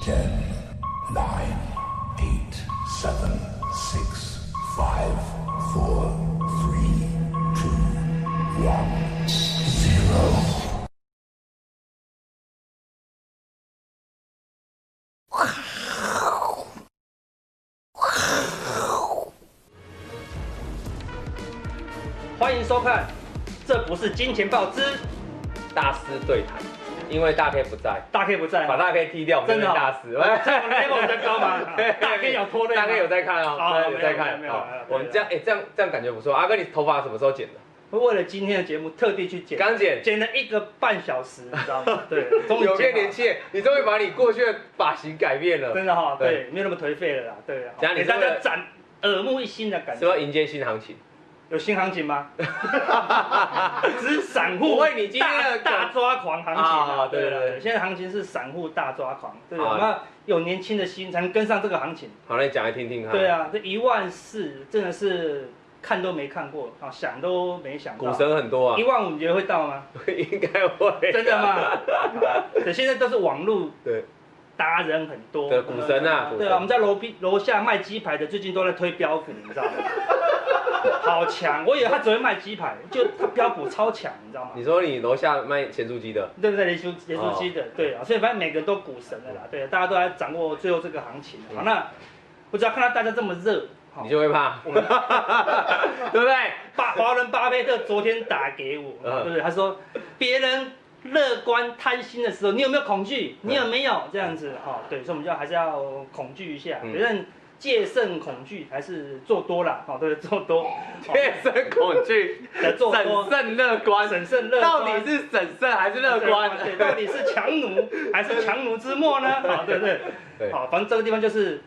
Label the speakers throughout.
Speaker 1: Ten, nine, eight, seven, six, five, four, three, two, one, zero.
Speaker 2: 欢迎收看，这不是金钱豹之大师对谈，因为大 K 不在，
Speaker 3: 大 K 不在，
Speaker 2: 把大 K 踢掉，我
Speaker 3: 真
Speaker 2: 们
Speaker 3: 的
Speaker 2: 就
Speaker 3: 哦
Speaker 2: 变大 师。
Speaker 3: 我们 level 真高 嘛大 K 有拖累吗
Speaker 2: 大 K 有在看哦，
Speaker 3: 哦
Speaker 2: 大 K 有在
Speaker 3: 没有
Speaker 2: 看
Speaker 3: 没有没有
Speaker 2: 哦
Speaker 3: 没有。
Speaker 2: 我们这样，哎，这样这样感觉不错。阿哥，你头发什么时候剪的？
Speaker 3: 为了今天的节目特地去剪，
Speaker 2: 刚剪，
Speaker 3: 剪了一个半小时，你知道 吗？对，终于
Speaker 2: 有
Speaker 3: 剪
Speaker 2: 变
Speaker 3: 好
Speaker 2: 年，轻，你终于把你过去的发型改变了，
Speaker 3: 真的哈，
Speaker 2: 对
Speaker 3: 对，没有那么颓废了啦，对啊，
Speaker 2: 怎样你
Speaker 3: 给
Speaker 2: 是
Speaker 3: 大
Speaker 2: 为
Speaker 3: 家
Speaker 2: 了
Speaker 3: 展耳目一新的感
Speaker 2: 是要
Speaker 3: 觉。
Speaker 2: 迎接新行情。
Speaker 3: 有新行情吗？只是散户
Speaker 2: 我为你今天的
Speaker 3: 大大抓狂行情啊
Speaker 2: 啊！对对对啊
Speaker 3: 现在行情是散户大抓狂，对，我
Speaker 2: 好
Speaker 3: 们要有年轻的心才能跟上这个行情。
Speaker 2: 好，那你讲来听听看。
Speaker 3: 对，啊，这一万四真的是看都没看过啊，想都没想
Speaker 2: 股
Speaker 3: 到。
Speaker 2: 神很多啊
Speaker 3: 一，万五你觉得会到 吗？
Speaker 2: 应该会。
Speaker 3: 真的 吗？对，现在都是网络
Speaker 2: 对，
Speaker 3: 达人很多，
Speaker 2: 对股神啊股神
Speaker 3: 对啊，我们在楼梯楼下卖鸡排的最近都在推标股，你知道 吗？好强！我以为他只会卖鸡排，就他标股超强，你知道吗？
Speaker 2: 你哦说你楼下卖咸酥鸡的，
Speaker 3: 对不对？连书连书机的，对啊，所以反正每个人都股神了啦，对啊，大家都来掌握最后这个行情。好，那不知道看到大家这么热，好
Speaker 2: 你就会怕，
Speaker 3: 我们
Speaker 2: 对不对？
Speaker 3: 巴华人巴菲特昨天打给我，
Speaker 2: 嗯
Speaker 3: 对不对？他说别人乐观贪心的时候，你有没有恐惧？你
Speaker 2: 嗯
Speaker 3: 有没有这样子？哈、哦，对，所以我们就还是要恐惧一下，
Speaker 2: 嗯
Speaker 3: 别人戒慎恐惧，还是做多啦，好、哦，对，做 多，哦、
Speaker 2: 戒慎恐惧，
Speaker 3: 来做多
Speaker 2: 审慎乐观，
Speaker 3: 审慎乐观
Speaker 2: 到底是审慎还是乐观？
Speaker 3: 对，到底是强弩还是强弩之末呢？好，对不对？
Speaker 2: 对
Speaker 3: 好，反正这个地方就是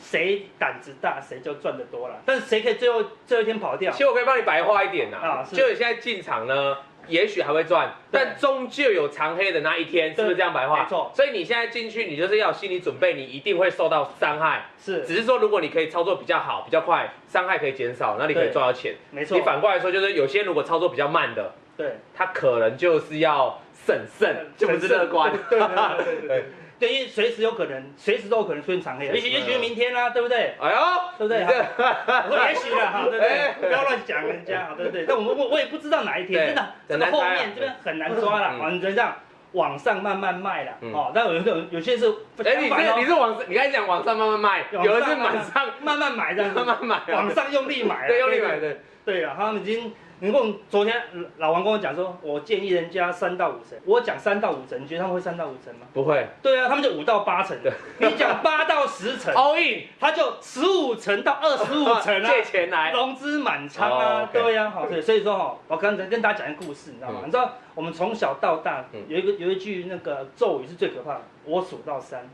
Speaker 3: 谁胆子大，谁就赚得多了，但是谁可以最后最后一天跑掉
Speaker 2: 其？实我可以帮你白话一点呐、
Speaker 3: 啊是
Speaker 2: 就你现在进场呢，也许还会赚，
Speaker 3: 对
Speaker 2: 但终究有长黑的那一天，是不是这样白话？
Speaker 3: 没错
Speaker 2: 所以你现在进去，你就是要有心理准备，你一定会受到伤害。
Speaker 3: 是，
Speaker 2: 只是说，如果你可以操作比较好、比较快，伤害可以减少，那你可以
Speaker 3: 对
Speaker 2: 赚到钱。
Speaker 3: 没错
Speaker 2: 你，反过来说，就是有些如果操作比较慢的，
Speaker 3: 对。
Speaker 2: 他可能就是要审慎，就不是乐观。
Speaker 3: 对对对对对对，对，因为随时有可能，随时都有可能出现长黑，啊也许也许明天啦，对不对？
Speaker 2: 哎呦，
Speaker 3: 对不对
Speaker 2: 你 这
Speaker 3: 我说 也许啊啦，哈，对不
Speaker 2: 哎
Speaker 3: 对？不要乱讲人家，哈，对不 对？但我们我我也不知道哪一天，
Speaker 2: 对
Speaker 3: 真的，
Speaker 2: 很
Speaker 3: 真
Speaker 2: 难
Speaker 3: 的后
Speaker 2: 猜啊
Speaker 3: 面这边很难抓
Speaker 2: 嗯
Speaker 3: 了，哦好，你就这样往上慢慢卖了
Speaker 2: 嗯，
Speaker 3: 哦，但有有有些是
Speaker 2: 哎、你
Speaker 3: 相反
Speaker 2: 是
Speaker 3: 哦
Speaker 2: 你是往你刚才讲往上慢慢卖，
Speaker 3: 往上啊
Speaker 2: 有的是往上
Speaker 3: 慢慢买这样子，
Speaker 2: 慢慢买，
Speaker 3: 往上用力买啊，
Speaker 2: 对用力买的，
Speaker 3: 对啊，他们已经，你跟我昨天老王跟我讲说，我建议人家三到五成，我讲三到五成，你觉得他们会三到五成吗？
Speaker 2: 不会
Speaker 3: 对啊，他们就五到八成
Speaker 2: 对，
Speaker 3: 你讲八到十成，
Speaker 2: all in
Speaker 3: 他就十五成到二 十五成啊，
Speaker 2: 借钱来，
Speaker 3: 融资满仓
Speaker 2: 哦
Speaker 3: 啊，
Speaker 2: ，OK
Speaker 3: 对呀，好，对，所以说哈，我刚才跟大家讲一个故事，你知道吗？
Speaker 2: 嗯
Speaker 3: 你知道我们从小到大
Speaker 2: 嗯
Speaker 3: 有一个有一句那个咒语是最可怕的，我数到三。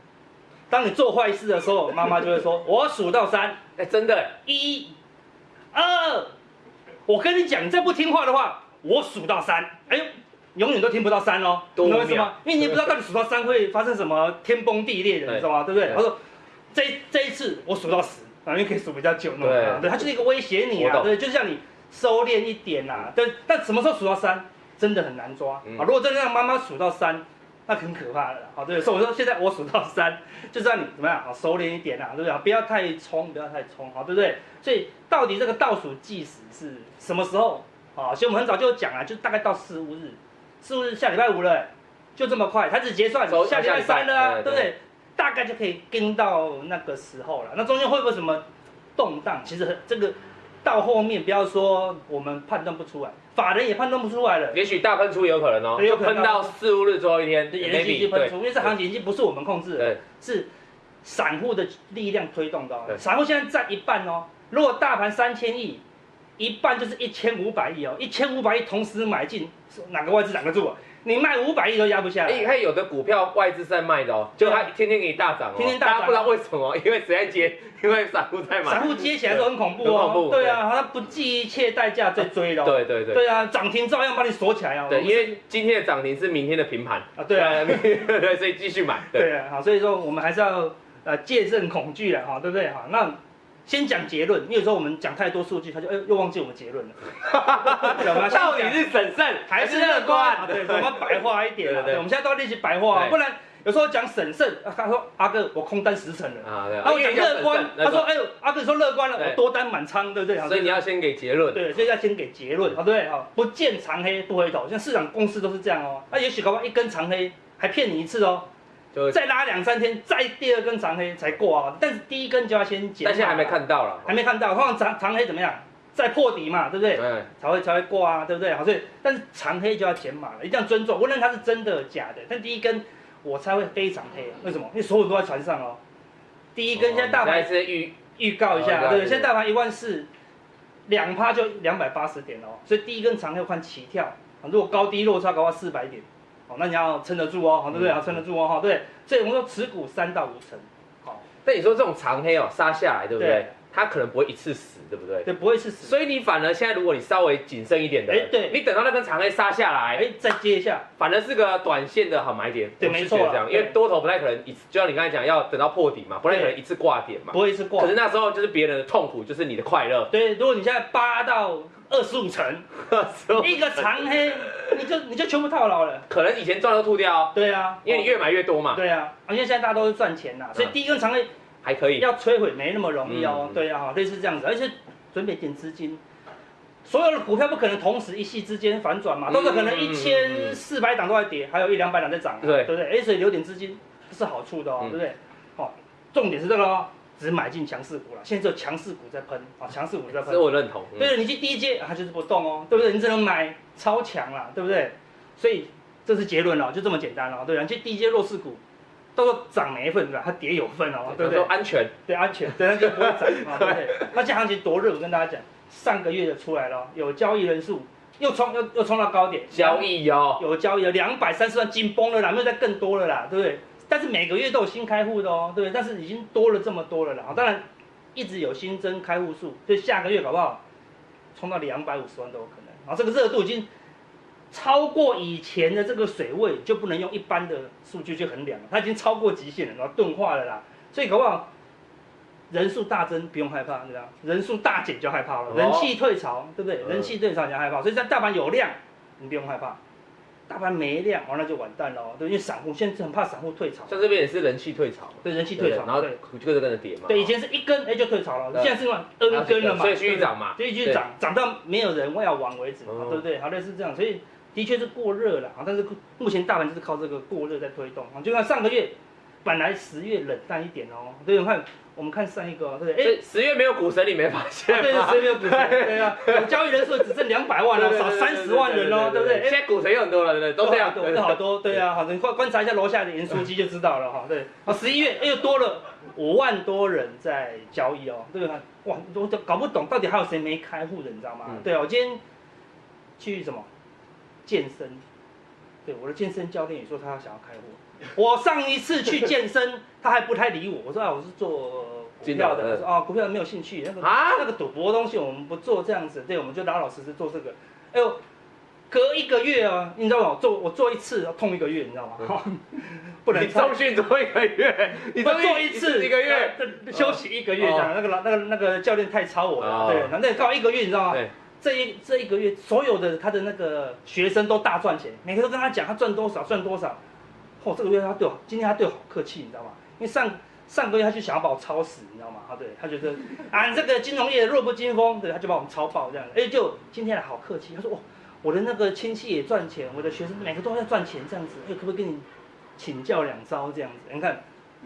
Speaker 3: 当你做坏事的时候，妈妈就会说：“我数到三，
Speaker 2: 哎、真的，
Speaker 3: 一、二。”我跟你讲，你再不听话的话，我数到三，哎呦，永远都听不到三哦。
Speaker 2: 多
Speaker 3: 你
Speaker 2: 无
Speaker 3: 懂我意思
Speaker 2: 聊
Speaker 3: 吗？因为你也不知道到底数到三会发生什么天崩地裂的，
Speaker 2: 对
Speaker 3: 你知道吗？对不对？
Speaker 2: 对
Speaker 3: 他说这这一次我数到十，啊，因为可以数比较久啊嘛。
Speaker 2: 对
Speaker 3: 对，他就是一个威胁你
Speaker 2: 我
Speaker 3: 啊，
Speaker 2: 懂
Speaker 3: 对，就像你收敛一点啊。对，但什么时候数到三，真的很难抓啊
Speaker 2: 嗯。
Speaker 3: 如果真的让妈妈数到三。那很可怕的啦，好对，所以我说现在我数到三，就是让你怎么样，好收敛一点啊啦、对不对？不要太冲，不要太冲，好对不对？所以到底这个倒数计时是什么时候？好，所以我们很早就讲啊，就大概到四五日，四五日下礼拜五了、就这么快，它只结算
Speaker 2: 走
Speaker 3: 下礼拜三了、
Speaker 2: 下礼拜
Speaker 3: 啊，对不
Speaker 2: 对
Speaker 3: 对？大概就可以跟到那个时候了。那中间会不会有什么动荡？其实这个到后面不要说我们判断不出来，法人也判断不出来了。
Speaker 2: 也许大喷出也有可能哦、
Speaker 3: 对
Speaker 2: 就
Speaker 3: 有可能
Speaker 2: 喷到四五日最后一天
Speaker 3: 也是已经分出，因为这行
Speaker 2: 情
Speaker 3: 情已经不是我们控制了，
Speaker 2: 对
Speaker 3: 是散户的力量推动的、
Speaker 2: 对
Speaker 3: 哦。散户现在占一半哦，如果大盘三千亿，一半就是一千五百亿哦，一千五百亿同时买进，哪个外资哪个住啊？你卖五百亿都压不下
Speaker 2: 哎、
Speaker 3: 来。
Speaker 2: 你看有的股票外资在卖的哦、就它天天给你大涨哦、
Speaker 3: 啊天天大
Speaker 2: 大
Speaker 3: 涨啊
Speaker 2: 家不知道为什么，因为谁在接，因为散户在买
Speaker 3: 散，户接起来都很恐怖哦，
Speaker 2: 很恐怖
Speaker 3: 对啊，他不计一切代价在追的、哦，
Speaker 2: 对对对。
Speaker 3: 对啊，涨停照样把你锁起来哦，
Speaker 2: 对，因为今天的涨停是明天的平盘
Speaker 3: 啊对啊
Speaker 2: 对，所以继续买。 对，
Speaker 3: 对啊，好，所以说我们还是要呃戒慎恐惧了哈，对不对哈？那先讲结论，因为有时候我们讲太多数据，他就哎、又忘记我们结论了。对我们要先讲
Speaker 2: 到底是审慎
Speaker 3: 还是乐观？啊对，我们要白话一点啊。
Speaker 2: 对对对
Speaker 3: 对，我们现在都要练习白话
Speaker 2: 对
Speaker 3: 啊，不然有时候讲审慎，啊他说阿哥我空单十成了，
Speaker 2: 啊，对
Speaker 3: 然后我讲乐观，他说，哎呦阿哥你说乐观了，
Speaker 2: 对
Speaker 3: 我多单满仓，对不对？
Speaker 2: 所以你要先给结论，
Speaker 3: 对，所以要先给结论，好对不对？好，不见长黑不回头，像市场公司都是这样哦。那也许搞不好一根长黑还骗你一次哦，
Speaker 2: 就
Speaker 3: 再拉两三天，再第二根长黑才过啊。但是第一根就要先解，
Speaker 2: 但现在还没，看到了，
Speaker 3: 还没看到，通常长长黑怎么样？再破底嘛，对不对？
Speaker 2: 嗯，
Speaker 3: 才会才会过啊，对不对？好，所以但是长黑就要减码了，一定要尊重，无论它是真的假的。但第一根我猜会非常黑啊，为什么？因为所有人都在船上哦。第一根现在大
Speaker 2: 还
Speaker 3: 盘
Speaker 2: 是预
Speaker 3: 预告一
Speaker 2: 哦
Speaker 3: 下，
Speaker 2: 了解
Speaker 3: 对，现在大盘一万四，两趴就两百八十点哦，所以第一根长黑看起跳，啊如果高低落差的话四百点，哦，那你要撑得住哦，好对不对？
Speaker 2: 嗯
Speaker 3: 要撑得住哦，哈，对，所以我们说持股三到五成，哦好，
Speaker 2: 但你说这种长黑哦杀下来，对不对
Speaker 3: 对？
Speaker 2: 它可能不会一次死，对不对？
Speaker 3: 对，不会是死，
Speaker 2: 所以你反而现在，如果你稍微谨慎一点的，
Speaker 3: 哎对
Speaker 2: 你等到那根长黑杀下来，
Speaker 3: 哎，再接一下，
Speaker 2: 反而是个短线的好买点。
Speaker 3: 对
Speaker 2: 我是
Speaker 3: 没错啊
Speaker 2: 觉得这样，因为
Speaker 3: 对
Speaker 2: 多头不太可能一次，就像你刚才讲，要等到破底嘛，不太可能
Speaker 3: 对
Speaker 2: 一次挂点嘛
Speaker 3: 不。会是挂
Speaker 2: 可。是那时候就是别人的痛苦，就是你的快乐。
Speaker 3: 对，如果你现在八到二十五成，一个长黑，你就你就全部套牢了。
Speaker 2: 可能以前赚都吐掉哦，
Speaker 3: 对啊，
Speaker 2: 因为你越嗯买越多嘛，
Speaker 3: 对啊，而且现在大家都是赚钱啦，所以第一根长黑
Speaker 2: 还可以。
Speaker 3: 要摧毁没那么容易哦
Speaker 2: 嗯。
Speaker 3: 对啊，类似这样子，而且准备点资金，所有的股票不可能同时一夕之间反转嘛，
Speaker 2: 嗯
Speaker 3: 都是可能
Speaker 2: 嗯嗯
Speaker 3: 一千四百档都在跌，还有一两百档在涨啊，
Speaker 2: 对
Speaker 3: 对不对？哎，所以留点资金是好处的哦，
Speaker 2: 嗯
Speaker 3: 对不对？哦，重点是这个哦，只买进强势股了，现在只有强势股在喷啊，强势股在喷
Speaker 2: 这。我认同。嗯
Speaker 3: 对了，你去低阶，啊它就是不动哦，对不对？你只能买超强啦，对不对？所以这是结论了，哦就这么简单了，对不对？你去低阶弱势股，到时候涨没份是吧？它跌有份哦，对不
Speaker 2: 他
Speaker 3: 对
Speaker 2: 说？安全，
Speaker 3: 对，安 全，对，它就不会涨嘛，对不对？那这行情多热，我跟大家讲，上个月就出来了哦，有交易人数又冲又又冲到高点，
Speaker 2: 交易哦，
Speaker 3: 有交易的两百三十万紧绷了啦，没有再更多了啦，对不对？但是每个月都有新开户的哦，对不对？但是已经多了这么多了啦，好哦当然一直有新增开户数，所以下个月搞不好冲到两百五十万都有可能。啊，这个热度已经超过以前的这个水位，就不能用一般的数据去衡量了，它已经超过极限了，然后钝化了啦，所以搞不好。人数大增不用害怕，对吧？人数大减就害怕了，
Speaker 2: 哦
Speaker 3: 人气退潮，对不对？
Speaker 2: 嗯
Speaker 3: 人气退潮你要害怕，所以在大盘有量，你不用害怕。大盘没量，哦，那就完蛋了哦，对，因为散户现在很怕散户退潮，
Speaker 2: 像这边也是人气退潮嘛，
Speaker 3: 对，人气
Speaker 2: 对不
Speaker 3: 退
Speaker 2: 对
Speaker 3: 潮，
Speaker 2: 然后
Speaker 3: 对，
Speaker 2: 股就跟着跟着跌嘛。
Speaker 3: 对，
Speaker 2: 哦
Speaker 3: 以前是一根哎就退潮
Speaker 2: 对
Speaker 3: 了，现在是嘛 N 根了嘛，
Speaker 2: 所以继续
Speaker 3: 对不对，
Speaker 2: 涨嘛，
Speaker 3: 就一直涨，涨到没有人要玩为止，
Speaker 2: 哦
Speaker 3: 对不对？好，类似这样，所以的确是过热了啊，但是目前大盘就是靠这个过热在推动啊，就像上个月本来十月冷淡一点哦，对，你看我们看上一个哦，对不
Speaker 2: 所
Speaker 3: 对？哎。
Speaker 2: 以十月没有股神，你没发现
Speaker 3: 啊对，
Speaker 2: 吗？
Speaker 3: 十月不是，对啊，有交易人数只剩两百万了，少三十万人哦，对不对？哎
Speaker 2: 现在股神又很多了，对不对？都这样，
Speaker 3: 对，好多，对啊，好，你观观察一下楼下的盐酥鸡就知道了哈。对，啊，十一月哎又多了五万多人在交易哦，对吧？哇，我都搞不懂到底还有谁没开户的，你知道吗？
Speaker 2: 嗯
Speaker 3: 对啊，我今天去什么健身，对，我的健身教练也说他想要开户。我上一次去健身， 他还不太理我，我说啊，我是做。股
Speaker 2: 金
Speaker 3: 票
Speaker 2: 融
Speaker 3: 的，
Speaker 2: 的
Speaker 3: 他说啊，股票没有兴趣，那个
Speaker 2: 啊
Speaker 3: 那个赌博的东西我们不做这样子，对，我们就老老实实做这个。哎呦，隔一个月啊，你知道吗？我做我做一次痛一个月，你知道吗？ 不能
Speaker 2: 你中训做一个月，你
Speaker 3: 我
Speaker 2: 中
Speaker 3: 做一次
Speaker 2: 一个月，，
Speaker 3: 这休息一个月这样。那个老那个那个教练太超我
Speaker 2: 哦
Speaker 3: 了，对，然后那刚好一个月，你知道吗？
Speaker 2: 对，
Speaker 3: 这一这一个月，所有的他的那个学生都大赚钱，每个都跟他讲他赚多少赚多少。哦，这个月他对我，今天他对我好客气，你知道吗？因为上上个月他就想要把我抄死，你知道吗？啊，对，他觉得俺这个金融业弱不禁风，对，他就把我们抄爆这样。哎，就今天好客气，他说哦，我的那个亲戚也赚钱，我的学生每个都在赚钱这样子，哎，可不可以跟你请教两招这样子？你看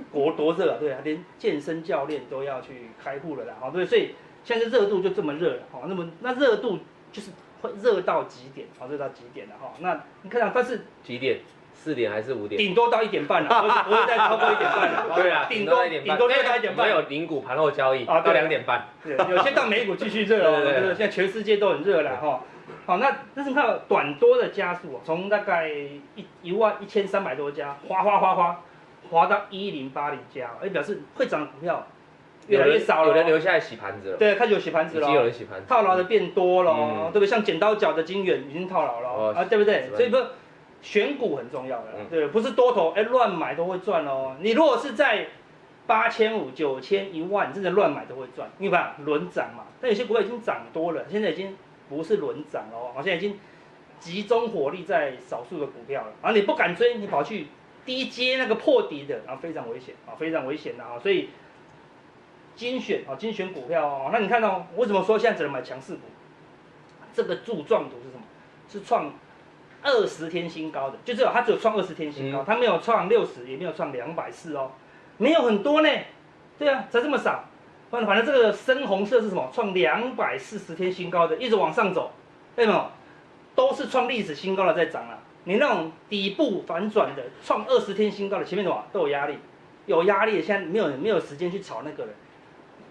Speaker 3: 国多热啊，对啊，连健身教练都要去开户了啦，哦好，对，所以现在热度就这么热了，好，那么那热度就是会热到极点，哦好，热到极点了哈。那你看啊，但是
Speaker 2: 几点？四点还是五点？，
Speaker 3: 顶多到一点半了，不会不会再超过一点半了
Speaker 2: 对啊，
Speaker 3: 顶多
Speaker 2: 一点
Speaker 3: 顶
Speaker 2: 半，
Speaker 3: 多热到一点半
Speaker 2: 没。有零股盘后交易，
Speaker 3: 啊对
Speaker 2: 到两点半，
Speaker 3: 对，有些到美股继续热 哦，
Speaker 2: 对对对
Speaker 3: 对不对？现在全世界都很热了哈。好，那但是你看啊短多的加速哦，从大概一一万一千三百多家，哗哗哗哗，滑到一零八零家哦，哎，表示会涨的股票越来越少了
Speaker 2: 有
Speaker 3: 哦。
Speaker 2: 人留下来洗盘子了，
Speaker 3: 对，开始有洗盘子
Speaker 2: 已经有
Speaker 3: 了，
Speaker 2: 人洗盘子，
Speaker 3: 套牢的变多了哦，
Speaker 2: 嗯
Speaker 3: 对不对？像剪刀脚的金元已经套牢了哦
Speaker 2: 哦
Speaker 3: 啊，对不对
Speaker 2: 是吧？
Speaker 3: 所以不选股很重要的啦
Speaker 2: 嗯，
Speaker 3: 对，不是多头哎乱买都会赚哦。你如果是在八千五、九千、一万，你真的乱买都会赚，因为吧轮涨嘛。但有些股票已经涨多了，现在已经不是轮涨啊了哦，好像已经集中火力在少数的股票了，然后你不敢追，你跑去低阶那个破底的，啊，非常危险啊，非常危险的啊，所以精选啊，精选股票哦，那你看哦，我怎么说现在只能买强势股？这个柱状图是什么？是创二十天新高的，就是、哦、它只有创二十天新高，
Speaker 2: 嗯
Speaker 3: 它没有创六十，也没有创两百四哦，没有很多呢，对啊，才这么少。反反正这个深红色是什么？创两百四十天新高的，一直往上走，对没有？都是创历史新高了在涨了。你那种底部反转的，创二十天新高的，前面什么啊都有压力，有压力，现在没有人没有时间去炒那个了，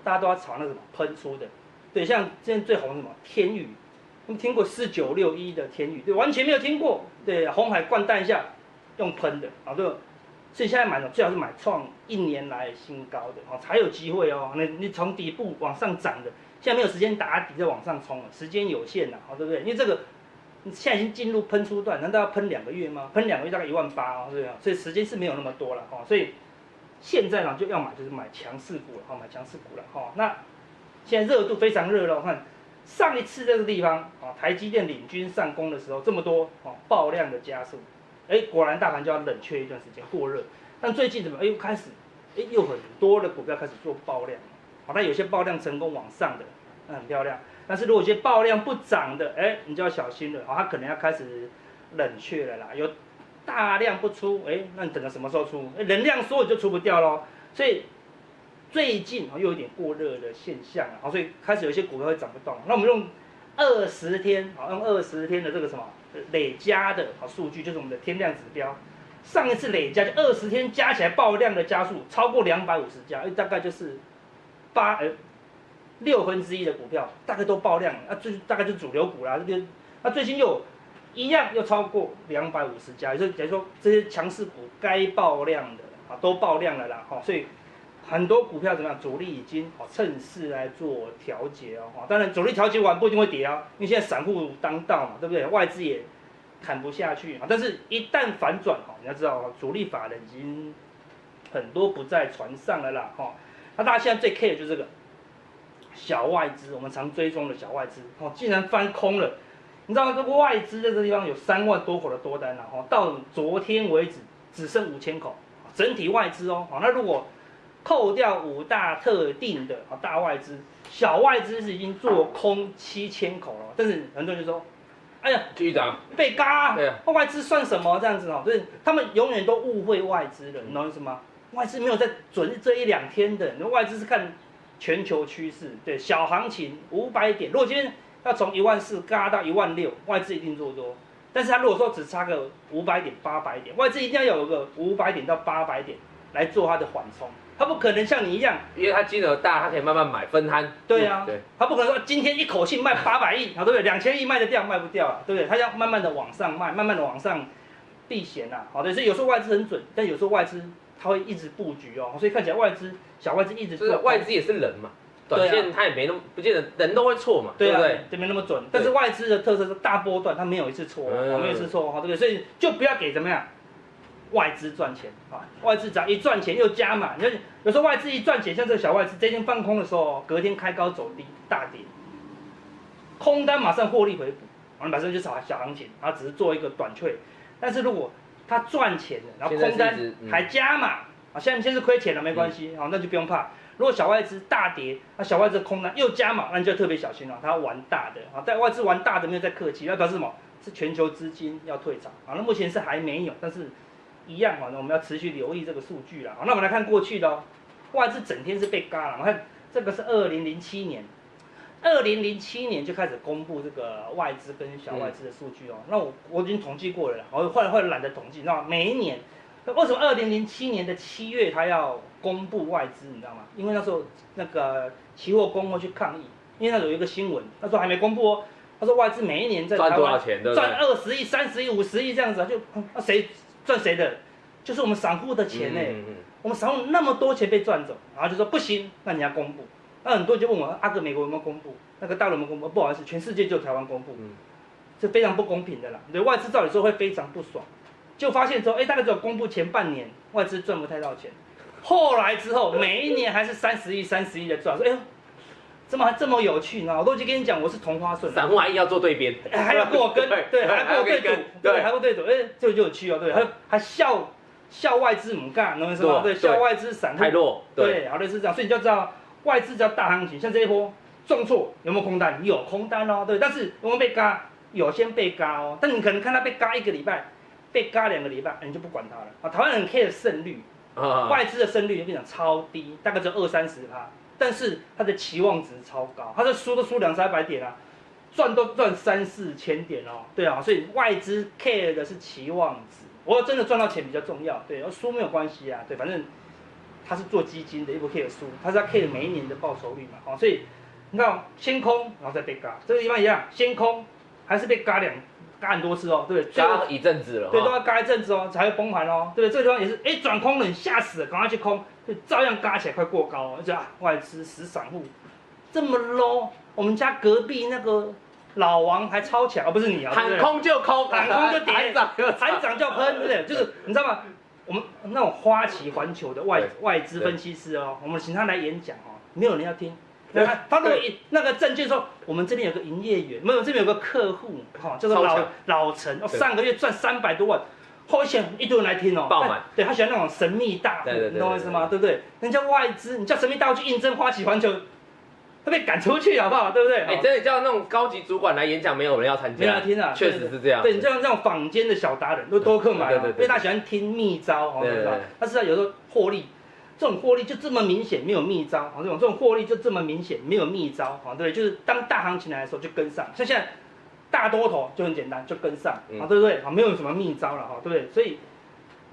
Speaker 3: 大家都要炒那个什么喷出的。对，像现在最红的什么天宇，你们听过四九六一的天宇？对，完全没有听过。对，红海灌蛋一下，用喷的啊，对吧。所以现在买的最好是买创一年来新高的哦，才有机会哦。你你从底部往上涨的，现在没有时间打底再往上冲了，时间有限呐，哦，对不对？因为这个你现在已经进入喷出段，难道要喷两个月吗？喷两个月大概一万八哦，对啊，所以时间是没有那么多了哦，所以现在呢就要买就是买强势股了哦，买强势股了哦。那现在热度非常热了，我哦看上一次在这个地方啊，台积电领军上攻的时候，这么多哦爆量的加速，哎，果然大盘就要冷却一段时间，过热。但最近怎么哎又开始，哎又很多的股票开始做爆量，好，那有些爆量成功往上的，那很漂亮。但是如果有些爆量不涨的，哎，你就要小心了，好，它可能要开始冷却了啦。有大量不出，哎，那你等到什么时候出？哎能量缩你就出不掉喽。所以最近哦又有点过热的现象了，好，所以开始有一些股票会涨不动。那我们用二十天，好，用二十天的这个什么呃累加的好数据，就是我们的天量指标。上一次累加就二十天加起来爆量的加速超过两百五十家，哎大概就是八呃六分之一的股票，大概都爆量了，那、最大概就是主流股啦。这边那、最近又有一样又超过两百五十家，也就是等于说这些强势股该爆量的啊都爆量了啦，哈、所以很多股票怎么样，主力已经哦趁势来做调节哦，哈、当然主力调节完不一定会跌啊，因为现在散户当道嘛，对不对？外资也砍不下去啊，但是一旦反转哈，你要知道哦主力法人已经很多不在船上了啦，哈、哦那大家现在最 care 就是这个小外资，我们常追踪的小外资，哦，竟然翻空了。你知道这个外资在这个地方有三万多口的多单了、啊，哦，到昨天为止只剩五千口，整体外资哦，哦，那如果扣掉五大特定的哦大外资，小外资是已经做空七千口了，但是很多人就说，哎呀，
Speaker 2: 继续涨，
Speaker 3: 被嘎、
Speaker 2: 对啊
Speaker 3: 外资算什么这样子哦？就是他们永远都误会外资了，你
Speaker 2: 嗯
Speaker 3: 懂我意思吗？外资没有在准这一两天的，你外资是看全球趋势，对小行情五百点，如果今天要从一万四嘎到一万六，外资一定做多。但是他如果说只差个五百点、八百点，外资一定要有个五百点到八百点来做它的缓冲，它不可能像你一样
Speaker 2: 因为它金额大，它可以慢慢买分摊。嗯
Speaker 3: 对啊
Speaker 2: 对，
Speaker 3: 他不可能说今天一口气卖八百亿，啊，对不对？两千亿卖得掉卖不掉啊，对不对？他要慢慢的往上卖，慢慢的往上避险啊。好的，所以有时候外资很准，但有时候外资它会一直布局哦，所以看起来外资小外资一直
Speaker 2: 就是
Speaker 3: 做
Speaker 2: 外资也是人嘛，
Speaker 3: 对啊
Speaker 2: 短线它也没那么不见得人都会错嘛，
Speaker 3: 对
Speaker 2: 对
Speaker 3: 啊
Speaker 2: 不对？，
Speaker 3: 就没那么准。但是外资的特色是大波段，它没有一次错，啊
Speaker 2: 嗯
Speaker 3: 没有一次错，哈，对不对？所以就不要给怎么样外资赚钱啊，外资只要一赚钱又加码，你看有时候外资一赚钱，像这个小外资，这天放空的时候，隔天开高走低大跌，空单马上获利回补，然后马上就炒小行情，然后只是做一个短退。但是如果他赚钱了，然后
Speaker 2: 现在
Speaker 3: 空单
Speaker 2: 是一直嗯
Speaker 3: 还加码，啊，现在现在是亏钱了，没关系，哦好，那就不用怕。如果小外资大跌，那小外资空单又加码，那你就特别小心了、他玩大的啊，在外资玩大的没有在客气，那表示什么？是全球资金要退场啊。那目前是还没有，但是一样啊，那我们要持续留意这个数据啦。好，那我们来看过去的、哦，外资整天是被嘎了。我看这个是二零零七年，二零零七年就开始公布这个外资跟小外资的数
Speaker 2: 嗯
Speaker 3: 据哦。那我我已经统计过了啦，我后来后来懒得统计，你知道吗？每一年。那为什么二零零七年的七月他要公布外资，你知道吗？因为那时候那个期货工会去抗议，因为那时候有一个新闻，那时候还没公布哦。他说外资每一年在台
Speaker 2: 赚多
Speaker 3: 湾
Speaker 2: 少钱，对不
Speaker 3: 赚
Speaker 2: 对？
Speaker 3: 二十亿、三十亿、五十亿这样子啊，就那谁赚谁的，就是我们散户的钱呢、
Speaker 2: 嗯嗯嗯
Speaker 3: 我们散户那么多钱被赚走，然后就说不行，那你要公布。那很多人就问我，阿哥美国有没有公布？那个大陆有没有公布？不好意思，全世界就台湾公布，
Speaker 2: 嗯
Speaker 3: 这非常不公平的啦。对外资照理说会非常不爽，就发现说，哎、大概只有公布前半年外资赚不太到钱，后来之后每一年还是三十亿、三十亿的赚，说哎呦，怎么还这么有趣呢？我都已经跟你讲我是同花顺了，
Speaker 2: 嗯散户还硬要做对边，
Speaker 3: 还要跟我跟，对，还要跟我对赌，对，还
Speaker 2: 对
Speaker 3: 要跟我对赌，哎，这就有趣哦，对，还还笑校外资母干，能懂我意思吗？
Speaker 2: 对
Speaker 3: 对，校外资散户
Speaker 2: 太弱，对，
Speaker 3: 对，好类似这样，所以你就知道外资只要大行情，像这一波重挫有没有空单？有空单哦，对，但是有没有被嘎？有先被嘎哦，但你可能看它被嘎一个礼拜，被嘎两个礼拜，哎你就不管它了啊。台湾人 care 胜率，
Speaker 2: 啊，
Speaker 3: 外资的胜率我跟你讲超低，大概只有二三十趴，但是它的期望值超高，它的输都输两三百点啊，赚都赚三四千点哦，对啊，所以外资 care 的是期望值，我真的赚到钱比较重要，对，而输没有关系啊，对，反正他是做基金的，又不 care 输，他是要 care 每一年的报酬率嘛，哦，所以你看先空，然后再被嘎，这个地方一样，先空还是被嘎两嘎很多次哦，对，最后
Speaker 2: 加一阵子了，
Speaker 3: 对，都
Speaker 2: 哈
Speaker 3: 要嘎一阵子哦，才会崩盘哦，对不对？这个地方也是，哎，转空了，你吓死了，赶快去空，就照样嘎起来，快过高哦，就啊，外资死散户，这么 low，我们家隔壁那个老王还超强，哦，不是你啊，对不
Speaker 2: 喊
Speaker 3: 对
Speaker 2: 空就空，
Speaker 3: 喊空就跌
Speaker 2: 喊涨就涨
Speaker 3: 喊涨就喷，对不对？就是你知道吗？我们那种花旗环球的外
Speaker 2: 对
Speaker 3: 外资分析师哦，我们请他来演讲哦，没有人要听。他他如果一那个证券说，我们这边有个营业员，没有这边有个客户，哈、叫做
Speaker 2: 超
Speaker 3: 老
Speaker 2: 强
Speaker 3: 老陈，哦，
Speaker 2: 对
Speaker 3: 上个月赚三百多万，后一一堆人来听哦，
Speaker 2: 爆满
Speaker 3: 哎对他喜欢那种神秘大户，
Speaker 2: 对对对
Speaker 3: 你懂我意思吗？对不对？人家外资，你叫神秘大户去应征花旗环球，他被赶出去好不好？对不对？
Speaker 2: 哎，
Speaker 3: 哦
Speaker 2: 真的叫那种高级主管来演讲，没有人要参加，
Speaker 3: 没人听啊
Speaker 2: 确实是这样。
Speaker 3: 对你这样这种坊间的小达人都多客买、啊，
Speaker 2: 对对对对
Speaker 3: 因为他喜欢听秘招，哦，
Speaker 2: 对对
Speaker 3: 对
Speaker 2: 对
Speaker 3: 吧？但是他有时候获利，这种获利就这么明显，没有秘招，哦，这种这种获利就这么明显，没有秘招，哦，对，就是当大行情来的时候就跟上，像现在大多头就很简单，就跟上，
Speaker 2: 嗯
Speaker 3: 啊，对不对？啊，没有什么秘招了，哈，对不对？所以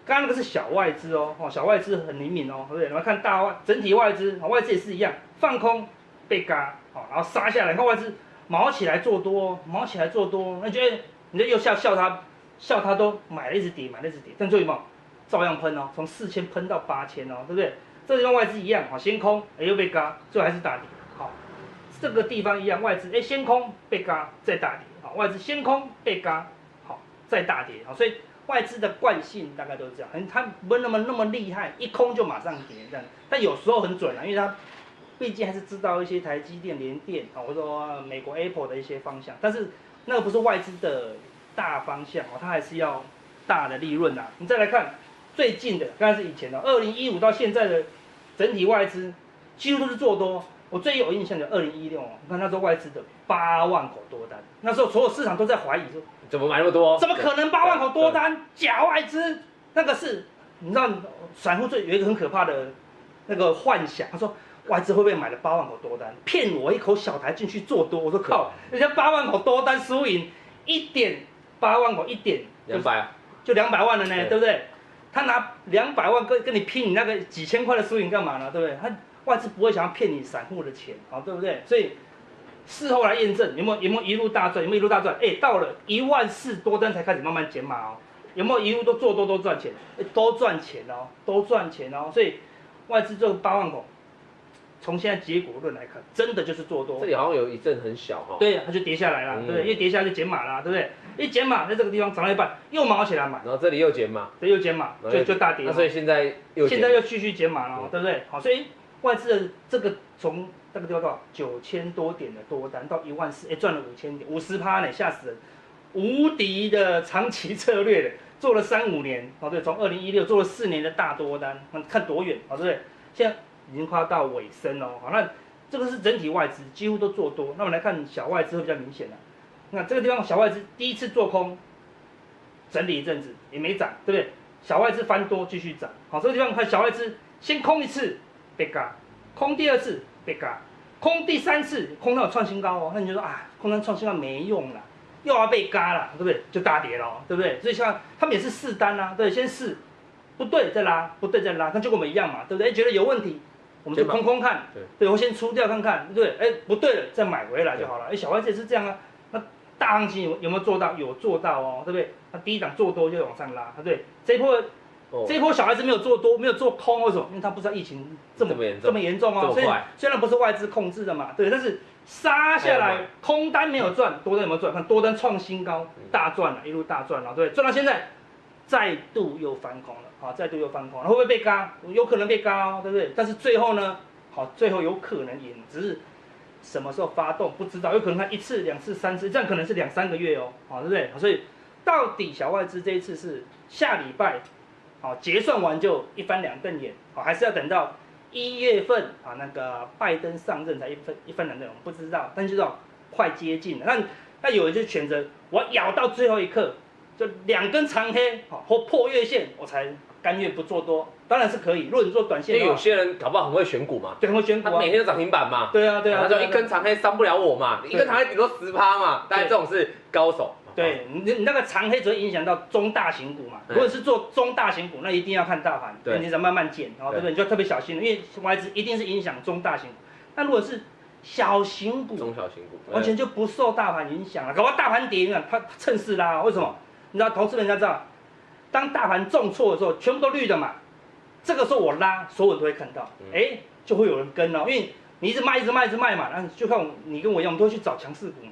Speaker 3: 刚刚那个是小外资哦，哦，小外资很灵敏哦，对不对？然后看大外整体外资，哦外资也是一样，放空被嘎，哦，然后杀下来，你看外资毛起来做多哦，毛起来做多哦，那你觉得你就又笑笑他，笑他都买了一直跌，买了一直跌，但最后有没有照样喷哦，从四千喷到八千哦，对不对？这个地方外资一样，好，先空，哎又被嘎，最后还是打底，好，这个地方一样，外资哎先空被嘎，再大跌，好，外资先空被嘎，好，再大跌，好，所以外资的惯性大概都是这样，很它不会那么那么厉害，一空就马上跌这样，但有时候很准啊，因为它毕竟还是知道一些台积电、联电啊，或者说呃美国 Apple 的一些方向，但是那个不是外资的大方向哦，它还是要大的利润呐、啊你再来看最近的，刚才是以前的，二零一五到现在的整体外资几乎都是做多。我最有印象的二零一六哦，你看那时候外资的八万口多单，那时候所有市场都在怀疑说，
Speaker 2: 怎么买那么多？
Speaker 3: 怎么可能八万口多单假外资？那个是，你知道散户最有一个很可怕的那个幻想，他说外资会不会买了八万口多单，骗我一口小台进去做多？我说靠，人家八万口多单输赢一点八万口一点
Speaker 2: 两百啊？
Speaker 3: 就两百万了呢，
Speaker 2: 对
Speaker 3: 对不对？他拿两百万跟跟你拼你那个几千块的输赢干嘛呢？对不对？他外资不会想要骗你散户的钱，好，对不对？所以事后来验证有没有有没有一路大赚，有没有一路大赚？哎，到了一万四多单才开始慢慢减码哦，有没有一路都做多都赚钱？哎，都赚钱哦，都赚钱哦，所以外资这个八万口，从现在结果论来看，真的就是做多
Speaker 2: 这。里好像有一阵很小哈，，
Speaker 3: 对，它就跌下来了，
Speaker 2: 嗯
Speaker 3: 对不对？一跌下来就减码了，对不对？一减码，在这个地方涨到一半，又毛起来买，
Speaker 2: 然后这里又减嘛，
Speaker 3: 对，又减码，就就大跌
Speaker 2: 哎那
Speaker 3: 嘛。
Speaker 2: 所以现在又
Speaker 3: 现
Speaker 2: 减
Speaker 3: 在又继续减码了哦
Speaker 2: 嗯，
Speaker 3: 对不对？好，所以外资的这个从那个地方多少九千多点的多单到一万四，哎，赚了五千点，五十趴呢，吓死人！无敌的长期策略的，做了三五年，哦对，从二零一六做了四年的大多单，看看多远，哦对不对？现在已经快要到尾声了哦，好，那这个是整体外资几乎都做多，那我们来看小外资会比较明显了、那这个地方小外资第一次做空，整理一阵子也没涨，对不对？小外资翻多继续涨，好，这个地方看小外资先空一次被嘎，空第二次被嘎，空第三次空到创新高哦，那你就说啊，空单创新高没用了，又要被嘎了，对不对？就大跌了、哦，对不对？所以像他们也是试单啦、对，先试，不对再拉，不对再拉，那就跟我们一样嘛，对不对？哎觉得有问题，我们就
Speaker 2: 先把
Speaker 3: 空空看，
Speaker 2: 对
Speaker 3: 对，我先出掉看看，对不对？哎，不对了再买回来就好了。哎，小外资也是这样啊，那大行情有有没有做到？有做到哦，对不对？那第一档做多就往上拉，对不对？这一波
Speaker 2: 哦
Speaker 3: 这一波小孩子没有做多，没有做空，为什么？因为他不知道疫情这么
Speaker 2: 这么严重
Speaker 3: 这么严重
Speaker 2: 这
Speaker 3: 哦，
Speaker 2: 么
Speaker 3: 所
Speaker 2: 快
Speaker 3: 以虽然不是外资控制的嘛，对，但是杀下
Speaker 2: 哎呀
Speaker 3: 来空单没有赚，多单有没有赚？看多单创新高，大赚了，一路大赚了，对，赚到现在再度又翻空了，好，再度又翻空了，会不会被嘎？有可能被嘎哦，对不对？但是最后呢，好，最后有可能赢，只是什么时候发动不知道，有可能它一次、两次、三次，这样可能是两三个月哦，好，对不对？所以到底小外资这一次是下礼拜啊、好，结算完就一翻两瞪眼，好，还是要等到一月份啊，那个拜登上任才一分一翻两瞪眼，我们不知道，但就知道快接近了。那那有人就选择我咬到最后一刻，就两根长黑，好或破月线，我才甘愿不做多，当然是可以。如果你做短
Speaker 2: 因
Speaker 3: 线
Speaker 2: 为
Speaker 3: 的
Speaker 2: 有
Speaker 3: 话，
Speaker 2: 些人搞不好很会选股嘛，
Speaker 3: 对，很会啊选股
Speaker 2: 他
Speaker 3: 啊
Speaker 2: 每，天都涨停板嘛，
Speaker 3: 对啊，对啊，
Speaker 2: 他
Speaker 3: 对
Speaker 2: 就
Speaker 3: 啊
Speaker 2: 一根长黑伤不了我嘛，一根长黑顶多十趴嘛，但这种是高手。
Speaker 3: 对你，你那个长黑只会影响到中大型股嘛。
Speaker 2: 哦对
Speaker 3: 如果是做中大型股，那一定要看大盘，
Speaker 2: 对
Speaker 3: 你才慢慢减，哦，对不
Speaker 2: 对
Speaker 3: 对？你就特别小心了，因为外资一定是影响中大型股。那如果是小型股，
Speaker 2: 中小型股
Speaker 3: 完全就不受大盘影响了，搞不好大盘跌影响，它趁势拉。为什么？你知道，投资人家知道，当大盘重挫的时候，全部都绿的嘛。这个时候我拉，所有人都会看到，
Speaker 2: 嗯
Speaker 3: 哎、就会有人跟哦，因为你一直卖，一直卖，一直卖嘛。那就像你跟我一样，我们都会去找强势股嘛。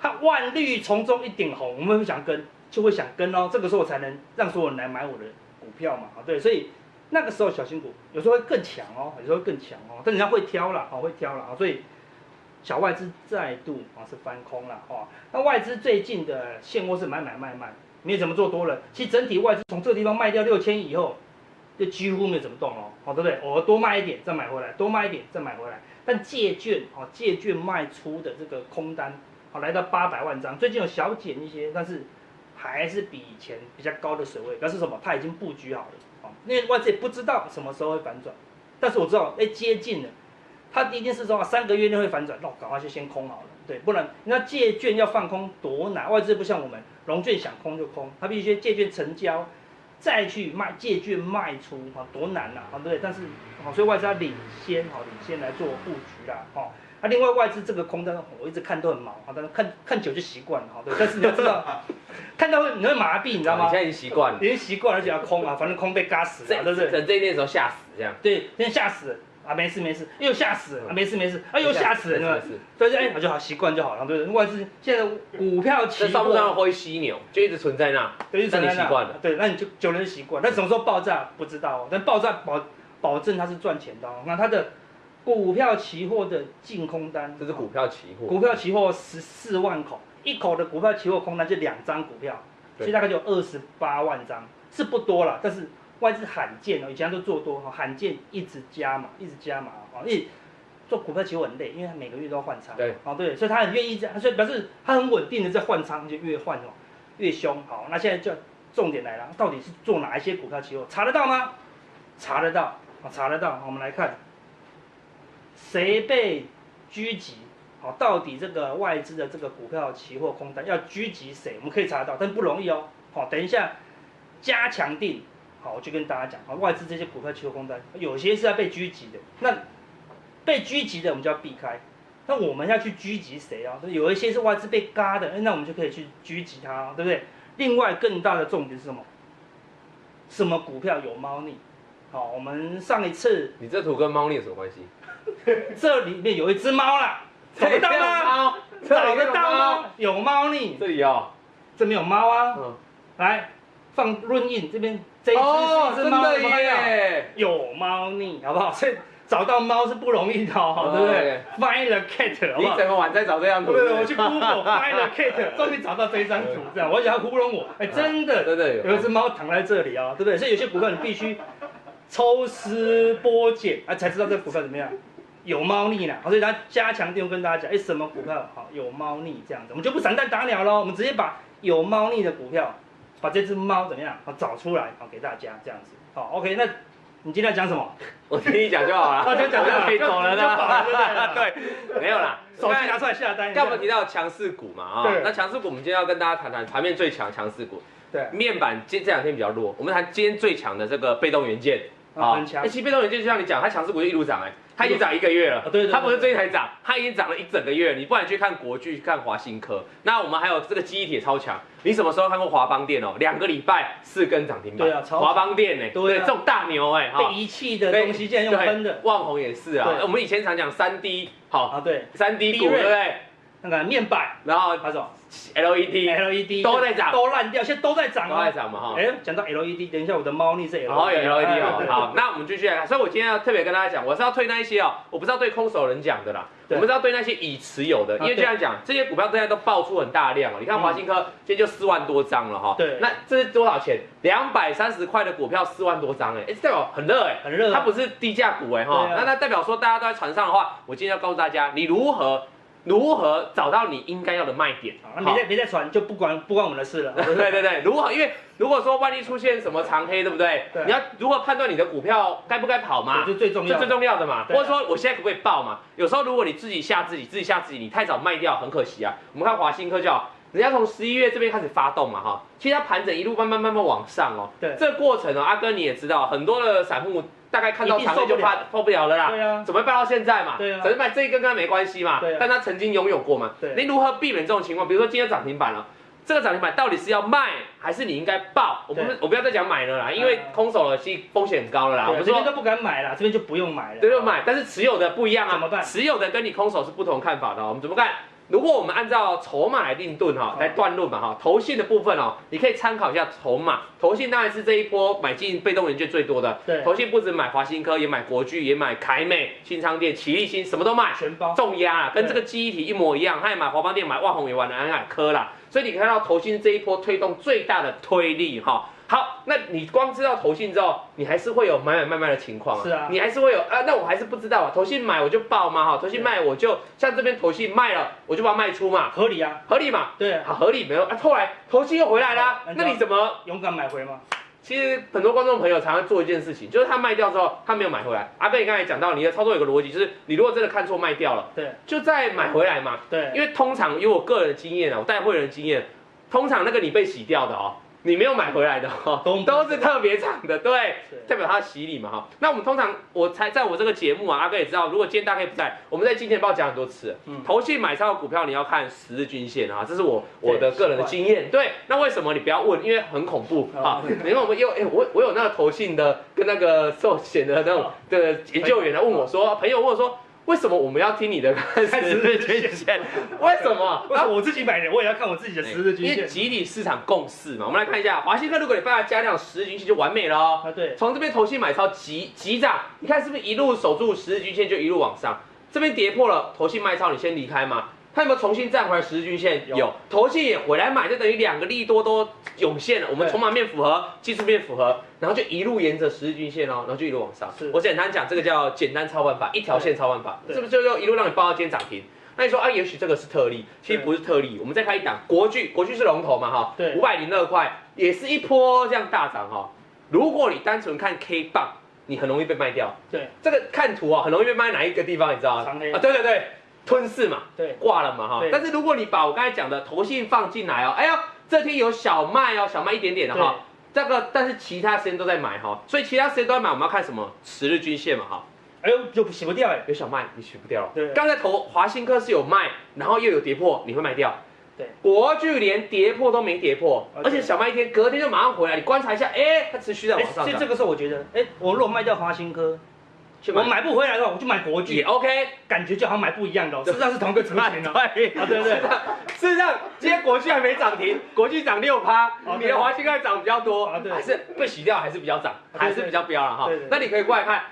Speaker 3: 它万绿丛中一点红，我们会想跟，就会想跟哦。这个时候我才能让所有人来买我的股票嘛，对，所以那个时候小型股有时候会更强哦，有时候会更强哦，但人家会挑啦，哦，会挑啦，哦所以小外资再度哦是翻空了哦。那外资最近的现货是买买卖卖，没有怎么做多了。其实整体外资从这个地方卖掉六千以后，就几乎没有怎么动哦，哦，对不对？偶尔多卖一点再买回来，多卖一点再买回来。但借券哦，借券卖出的这个空单哦，来到八百万张，最近有小减一些，但是还是比以前比较高的水位。表示什么？它已经布局好了哦，因为外资也不知道什么时候会反转，但是我知道哎接近了。它一定是说啊三个月内会反转，那我赶快就先空好了，对，不然那借券要放空多难，外资不像我们融券想空就空，它必须借券成交，再去卖借券卖出啊，多难呐、啊，对不对？但是哦，所以外资要领先哦，领先来做布局啦，哦。啊，另外外资这个空单我一直看都很毛，啊，但是看看久就习惯了，哦，对。但是你要知道，看到会你会麻痹，你
Speaker 2: 你
Speaker 3: 知道吗
Speaker 2: 现？在已经习惯了，
Speaker 3: 已经习惯了，而且要空啊，反正空被嘎死
Speaker 2: 这
Speaker 3: 了，对不对？啊
Speaker 2: 等这一天的时候吓死这样。
Speaker 3: 对，今天吓死人啊，没事没事，又吓死人啊，没事没事，啊又吓死人
Speaker 2: 没
Speaker 3: 了
Speaker 2: 事没事，
Speaker 3: 所以哎，我就好习惯就好了，对不对？外资现在股票期
Speaker 2: 这
Speaker 3: 货
Speaker 2: 算不算灰犀牛？就一直存在那，
Speaker 3: 对，一直
Speaker 2: 那你
Speaker 3: 在那
Speaker 2: 习惯了，
Speaker 3: 对，那你就久了就习惯。那什么时候爆炸不知道哦，但爆炸保保证它是赚钱的哦。那它的股票期货的净空单，
Speaker 2: 这是股票期货。
Speaker 3: 股票期货十四万口，一口的股票期货空单就两张股票，
Speaker 2: 对
Speaker 3: 所以大概就二十八万张，是不多了，但是外资罕见哦，以前都做多，哦罕见一直加码，一直加码哦，因为做股票期货很累，因为他每个月都要换仓，
Speaker 2: 对，
Speaker 3: 哦对，所以他很愿意这样，所以表示他很稳定的在换仓，就越换哦越凶。好，那现在就重点来了，到底是做哪一些股票期货？查得到吗？查得到，哦查得到，我们来看谁被狙击。哦，到底这个外资的这个股票期货空单要狙击谁？我们可以查到，但不容易哦。好、等一下加强定，哦好，我就跟大家讲，好，外资这些股票期货空单，有些是要被狙击的，那被狙击的我们就要避开。那我们要去狙击谁啊？有一些是外资被嘎的，哎那我们就可以去狙击它、对不对？另外更大的重点是什么？什么股票有猫腻？好，我们上一次
Speaker 2: 你这图跟猫腻有什么关系？
Speaker 3: 这里面有一只猫啦，找得到吗？
Speaker 2: 吗？
Speaker 3: 找得到吗？？有猫腻，
Speaker 2: 这里哦，
Speaker 3: 这没有猫啊。
Speaker 2: 嗯，
Speaker 3: 来，放润印这边，这一只
Speaker 2: 哦，
Speaker 3: 哎是一只
Speaker 2: 真
Speaker 3: 猫，
Speaker 2: 的
Speaker 3: 有没有
Speaker 2: 耶！
Speaker 3: 有猫腻，好不好？所以找到猫是不容易的哦，
Speaker 2: 哦
Speaker 3: 对不对？Find the cat，好不
Speaker 2: 你一
Speaker 3: 好？
Speaker 2: 整个晚在找这张图。
Speaker 3: 对，我去 Google find the cat，终于找到这一张图，这样我想要糊弄我，哎，真的，
Speaker 2: 真啊的有
Speaker 3: 有一只猫躺在这里啊、对不对？所以有些股票你必须抽丝剥茧啊，才知道这股票怎么样有猫腻啦。好所以他加强定跟大家讲，哎，什么股票好有猫腻这样子，我们就不散弹打鸟喽，我们直接把有猫腻的股票，把这只猫怎么样好找出来，好给大家这样子。好，OK，那你今天要讲什么？
Speaker 2: 我听你讲就好 了，
Speaker 3: 我就讲就好
Speaker 2: 可以走了
Speaker 3: 就走了
Speaker 2: 啦。
Speaker 3: 对
Speaker 2: 对，没有啦，
Speaker 3: 手机拿出来下单。
Speaker 2: 刚刚我们提到强势股嘛，啊、
Speaker 3: 对
Speaker 2: 那强势股我们今天要跟大家谈谈盘面最强强势股，
Speaker 3: 对，
Speaker 2: 面板今这两天比较弱，我们谈今天最强的这个被动元件
Speaker 3: 啊很强
Speaker 2: 哎其实被动元件就像你讲，它强势股就一路涨哎、它已经涨一个月了，
Speaker 3: 啊对对对
Speaker 2: 它不是最近才涨，它已经涨了一整个月了。你不然去看国巨、看华新科，那我们还有这个记忆体也超强，你什么时候看过华邦电哦？两个礼拜四根涨停板，
Speaker 3: 对啊超强
Speaker 2: 华邦电哎、
Speaker 3: 对啊
Speaker 2: 这种大牛哎、哈
Speaker 3: 被遗弃的东西竟然用分的
Speaker 2: 对，旺宏也是啊，
Speaker 3: 对
Speaker 2: 我们以前常讲三 D 好
Speaker 3: 啊，对，
Speaker 2: 三 D 股
Speaker 3: 低
Speaker 2: 对
Speaker 3: 润
Speaker 2: 不对？
Speaker 3: 那个面板，
Speaker 2: 然后
Speaker 3: 那种
Speaker 2: LED
Speaker 3: LED
Speaker 2: 都在涨
Speaker 3: 都烂掉，现在都在涨
Speaker 2: 都
Speaker 3: 啊
Speaker 2: 在。涨嘛哈。
Speaker 3: 哎，讲到 LED，等一下我的猫腻是 LED，
Speaker 2: 然后有 LED
Speaker 3: 哎
Speaker 2: 哦，好，那我们继续来看。所以我今天要特别跟大家讲，我是要推那一些哦，我不是要对空手人讲的啦，我
Speaker 3: 对
Speaker 2: 们是要对那些已持有的，因为
Speaker 3: 啊对嗯
Speaker 2: 这样讲，这些股票现在都爆出很大量哦。你看华新科今天就四万多张了哈，
Speaker 3: 对
Speaker 2: 那这是多少钱？两百三十块的股票四万多张，哎，哎，这代表很热哎，
Speaker 3: 很热啊
Speaker 2: 它不是低价股哎哈
Speaker 3: 对，啊
Speaker 2: 那那代表说大家都在船上的话，我今天要告诉大家，你如何如何找到你应该要的卖点。
Speaker 3: 好，那别再别再传，就不关不关我们的事了。
Speaker 2: 对对对，如果因为如果说万一出现什么长黑，对不对？
Speaker 3: 对
Speaker 2: 你要如何判断你的股票该不该跑嘛？
Speaker 3: 这最重
Speaker 2: 这
Speaker 3: 要
Speaker 2: 最重要的嘛，或
Speaker 3: 对啊
Speaker 2: 者说我现在可不可以爆嘛？有时候如果你自己吓自己，自己吓自己，你太早卖掉很可惜啊。我们看华新科就好，人家从十一月这边开始发动嘛哈，其实它盘整一路慢慢慢慢往上哦。
Speaker 3: 对
Speaker 2: 这个过程哦，阿哥你也知道，很多的散户大概看到
Speaker 3: 一定
Speaker 2: 长黑
Speaker 3: 受不
Speaker 2: 就怕
Speaker 3: 了
Speaker 2: 受不了了啦。
Speaker 3: 对啊，
Speaker 2: 怎么会办到现在嘛？
Speaker 3: 对啊
Speaker 2: 只是卖这一根跟它没关系嘛。
Speaker 3: 对啊
Speaker 2: 但它曾经拥有过嘛。
Speaker 3: 对
Speaker 2: 你如何避免这种情况？比如说今天涨停板了、哦这个涨停板到底是要卖还是你应该爆？我不是，我不要再讲买了啦，因为空手了，其实风险很高了啦。我
Speaker 3: 啊对
Speaker 2: 们
Speaker 3: 这边
Speaker 2: 说
Speaker 3: 都不敢买了，这边就不用买了。
Speaker 2: 对就买，但是持有的不一样啊。
Speaker 3: 怎么办
Speaker 2: 持有的跟你空手是不同看法的、哦，我们怎么看？如果我们按照筹码来定论哈、
Speaker 3: 好
Speaker 2: 来断论嘛哈、投信的部分哦，你可以参考一下筹码。投信当然是这一波买进被动元件最多的，
Speaker 3: 对
Speaker 2: 投信不止买华新科，也买国巨，也买凯美、新昌店、奇力新，什么都买。
Speaker 3: 全包。
Speaker 2: 重压啊，跟这个记忆体一模一样，他也买华邦电、买万宏也玩安海科啦，所以你看到投信这一波推动最大的推力哈。好，那你光知道投信之后，你还是会有买买卖卖的情况啊。
Speaker 3: 是啊
Speaker 2: 你还是会有啊。那我还是不知道啊。投信买我就报嘛哈，投信卖我就像这边投信卖了，我就把它卖出嘛，
Speaker 3: 合理啊，
Speaker 2: 合理嘛？
Speaker 3: 对啊，
Speaker 2: 好，合理没有啊。后来投信又回来啦，
Speaker 3: 嗯
Speaker 2: 那你怎么
Speaker 3: 勇敢买回嘛。
Speaker 2: 其实很多观众朋友常常做一件事情，就是他卖掉之后，他没有买回来。阿哥，你刚才讲到你的操作有个逻辑，就是你如果真的看错卖掉了，
Speaker 3: 对，
Speaker 2: 就再买回来嘛。
Speaker 3: 对，
Speaker 2: 因为通常，以我个人的经验啊，我带会员的经验，通常那个你被洗掉的哦，你没有买回来的哦，
Speaker 3: 都
Speaker 2: 都是特别涨的，对，
Speaker 3: 对
Speaker 2: 代表它的洗礼嘛哈。那我们通常，我才在我这个节目啊，阿哥也知道，如果今天大家不在，我们在金钱豹讲很多次了，
Speaker 3: 嗯
Speaker 2: 投信买超的股票你要看十日均线啊，这是我
Speaker 3: 对
Speaker 2: 我的个人的经验。对，那为什么你不要问？因为很恐怖
Speaker 3: 哦
Speaker 2: 啊！因为我们有哎，我我有那个投信的跟那个寿险的那种的研究员来问我说，朋友问我说。为什么我们要听你的十日均线？为什么？
Speaker 3: 为什么我自己买的，我也要看我自己的十日均
Speaker 2: 因为
Speaker 3: 线
Speaker 2: 集体市场共识嘛。我们来看一下，华新科如果你把它加量十日均线就完美了哦。
Speaker 3: 啊？对，
Speaker 2: 从这边投信买超急急涨，你看是不是一路守住十日均线就一路往上？这边跌破了，投信卖超，你先离开嘛。它有没有重新站回来十日均线？
Speaker 3: 有
Speaker 2: 有，投信也回来买，就等于两个利多都涌现了。我们
Speaker 3: 对
Speaker 2: 筹码面符合，技术面符合，然后就一路沿着十日均线哦，然后就一路往上
Speaker 3: 是。
Speaker 2: 我简单讲，这个叫简单操盘法，一条线操盘法，
Speaker 3: 对
Speaker 2: 是不是就一路让你报到今天涨停？那你说啊，也许这个是特例，其实
Speaker 3: 对
Speaker 2: 不是特例。我们再看一档国巨，国巨是龙头嘛哈，
Speaker 3: 对
Speaker 2: 五百零二块也是一波这样大涨哈、如果你单纯看 K 棒，你很容易被卖掉。
Speaker 3: 对，
Speaker 2: 这个看图啊，很容易被卖哪一个地方，你知道吗？
Speaker 3: 长黑
Speaker 2: 啊，对对对，吞噬嘛，
Speaker 3: 对，
Speaker 2: 挂了嘛哈
Speaker 3: 对。
Speaker 2: 但是如果你把我刚才讲的投信放进来哦，哎呦，这天有小卖哦，小卖一点点的哈。这个，但是其他时间都在买哈，所以其他时间都在买，我们要看什么？十日均线嘛哈，
Speaker 3: 哎呦，就洗不掉哎。
Speaker 2: 有小卖你取不掉了。
Speaker 3: 对
Speaker 2: 刚才投华新科是有卖，然后又有跌破，你会卖掉。
Speaker 3: 对，
Speaker 2: 国巨连跌破都没跌破，
Speaker 3: 啊
Speaker 2: 而且
Speaker 3: 对
Speaker 2: 小卖一天，隔天就马上回来，你观察一下，哎，它持续在
Speaker 3: 哎
Speaker 2: 往上
Speaker 3: 所以
Speaker 2: 涨
Speaker 3: 这。个时候我觉得，哎，我如果卖掉华新科，
Speaker 2: 去
Speaker 3: 我买不回来的话，我就买国
Speaker 2: 也
Speaker 3: 巨，
Speaker 2: OK，
Speaker 3: 感觉就好像买不一样的哦，事实上是同个族群哦。
Speaker 2: 对
Speaker 3: 啊，对不对？
Speaker 2: 事实上，今天国巨还没涨停，国巨涨六趴
Speaker 3: 哦，
Speaker 2: 你
Speaker 3: 对
Speaker 2: 的华兴科涨比较多
Speaker 3: 哦，对啊
Speaker 2: 还是被洗掉，还是比较涨，
Speaker 3: 对对
Speaker 2: 还是比较飙了哈
Speaker 3: 对对。对
Speaker 2: 那你可以过来看。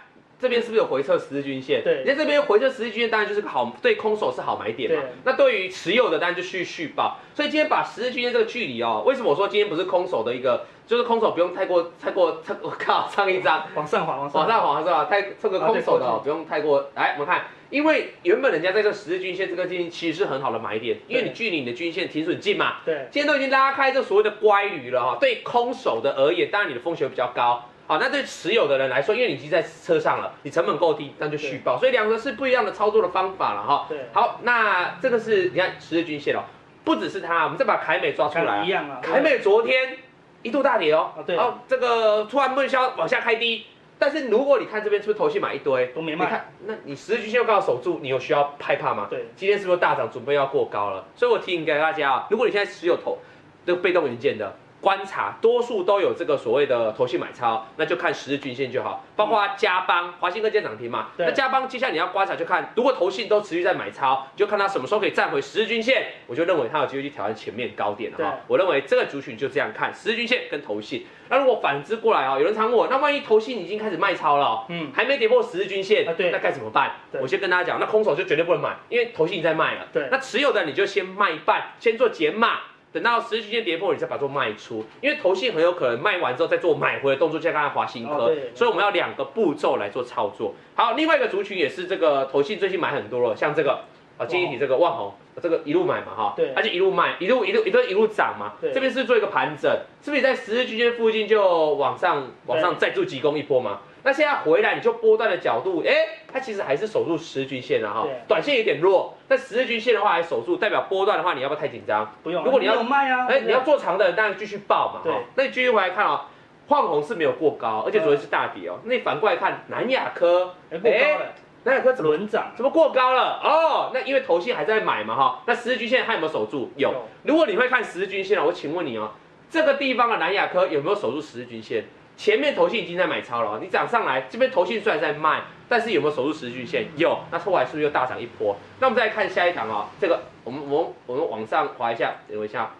Speaker 2: 这边是不是有回撤十日均线？
Speaker 3: 对
Speaker 2: 那这边回撤十日均线当然就是个好，对空手是好买点嘛
Speaker 3: 对。
Speaker 2: 那对于持有的当然就续续报。所以今天把十日均线这个距离哦，为什么我说今天不是空手的一个，就是空手不用太过太过 太过，我靠，上一张
Speaker 3: 往上滑，往上
Speaker 2: 往
Speaker 3: 滑。
Speaker 2: 上滑是吧？太这个
Speaker 3: 啊
Speaker 2: 空手的、哦、不用太过。来，我们看，因为原本人家在这十日均线这个地方其实是很好的买点，因为你距离你的均线停损近嘛，
Speaker 3: 对，
Speaker 2: 今天都已经拉开这所谓的乖离了哈、对空手的而言，当然你的风险会比较高。好，那对持有的人来说，因为你已经在车上了，你成本够低，那就续报。所以两个是不一样的操作的方法了哈、
Speaker 3: 对
Speaker 2: 好，那这个是你看十日均线哦，不只是它，我们再把凯美抓出来啊
Speaker 3: 看一。样啊。
Speaker 2: 凯美昨天一度大跌哦，
Speaker 3: 啊对
Speaker 2: 然后这个突然闷销往下开低，但是如果你看这边是不是投信买一堆，
Speaker 3: 都没
Speaker 2: 你
Speaker 3: 卖
Speaker 2: 看，那你十日均线又刚好守住，你有需要害怕吗？
Speaker 3: 对，
Speaker 2: 今天是不是大涨，准备要过高了？所以我提醒给大家啊，如果你现在持有投这个被动元件的，观察，多数都有这个所谓的投信买超，那就看十日均线就好。包括加邦、华兴跟今天涨停嘛，
Speaker 3: 对
Speaker 2: 那加邦接下来你要观察就看，如果投信都持续在买超，你就看它什么时候可以站回十日均线，我就认为它有机会去挑战前面高点了哈
Speaker 3: 对。
Speaker 2: 我认为这个族群就这样看十日均线跟投信。那如果反之过来哦，有人常问我，那万一投信已经开始卖超了哦、
Speaker 3: 嗯，
Speaker 2: 还没跌破十日均线，
Speaker 3: 啊对
Speaker 2: 那该怎么办？
Speaker 3: 对
Speaker 2: 我先跟大家讲，那空手就绝对不能买，因为投信已经在卖了。
Speaker 3: 对
Speaker 2: 那持有的你就先卖一半，先做减码，等到十日均线跌破，你再把它做卖出，因为投信很有可能卖完之后再做买回的动作，像刚才华新
Speaker 3: 哦
Speaker 2: 科
Speaker 3: 对，
Speaker 2: 所以我们要两个步骤来做操作。好，另外一个族群也是这个投信最近买很多了，像这个啊，建议你这个万红。这个一路买嘛哈，啊
Speaker 3: 对
Speaker 2: 它就一路卖，一路一路一路一路涨嘛。
Speaker 3: 对
Speaker 2: 这边是做一个盘整，是不是在十日均线附近就往上往上再度急攻一波嘛？那现在回来，你就波段的角度，哎、它其实还是守住十日均线啊了哈
Speaker 3: 对，
Speaker 2: 短线有点弱，但十日均线的话还守住，代表波段的话你要不要太紧张？
Speaker 3: 不用啊，
Speaker 2: 如果你要
Speaker 3: 没有卖啊，
Speaker 2: 哎、
Speaker 3: 对不对
Speaker 2: 你要做长的，当然继续报嘛
Speaker 3: 对
Speaker 2: 哈。那你继续回来看哦，换红是没有过高，而且昨天是大跌哦。那你反过来看南亚科，
Speaker 3: 哎过高了，
Speaker 2: 南亚科怎么
Speaker 3: 轮涨，
Speaker 2: 怎么过高了？哦，那因为头信还在买嘛哈，那十日均线它有没有守住？有。
Speaker 3: 有
Speaker 2: 如果你会看十日均线了，我请问你哦，这个地方的南亚科有没有守住十日均线？前面投信已经在买超了哦，你涨上来，这边投信虽然在卖，但是有没有守住十日均线？有。那后来是不是又大涨一波？那我们再来看下一档哦，这个我们我们我们往上滑一下，等我一下，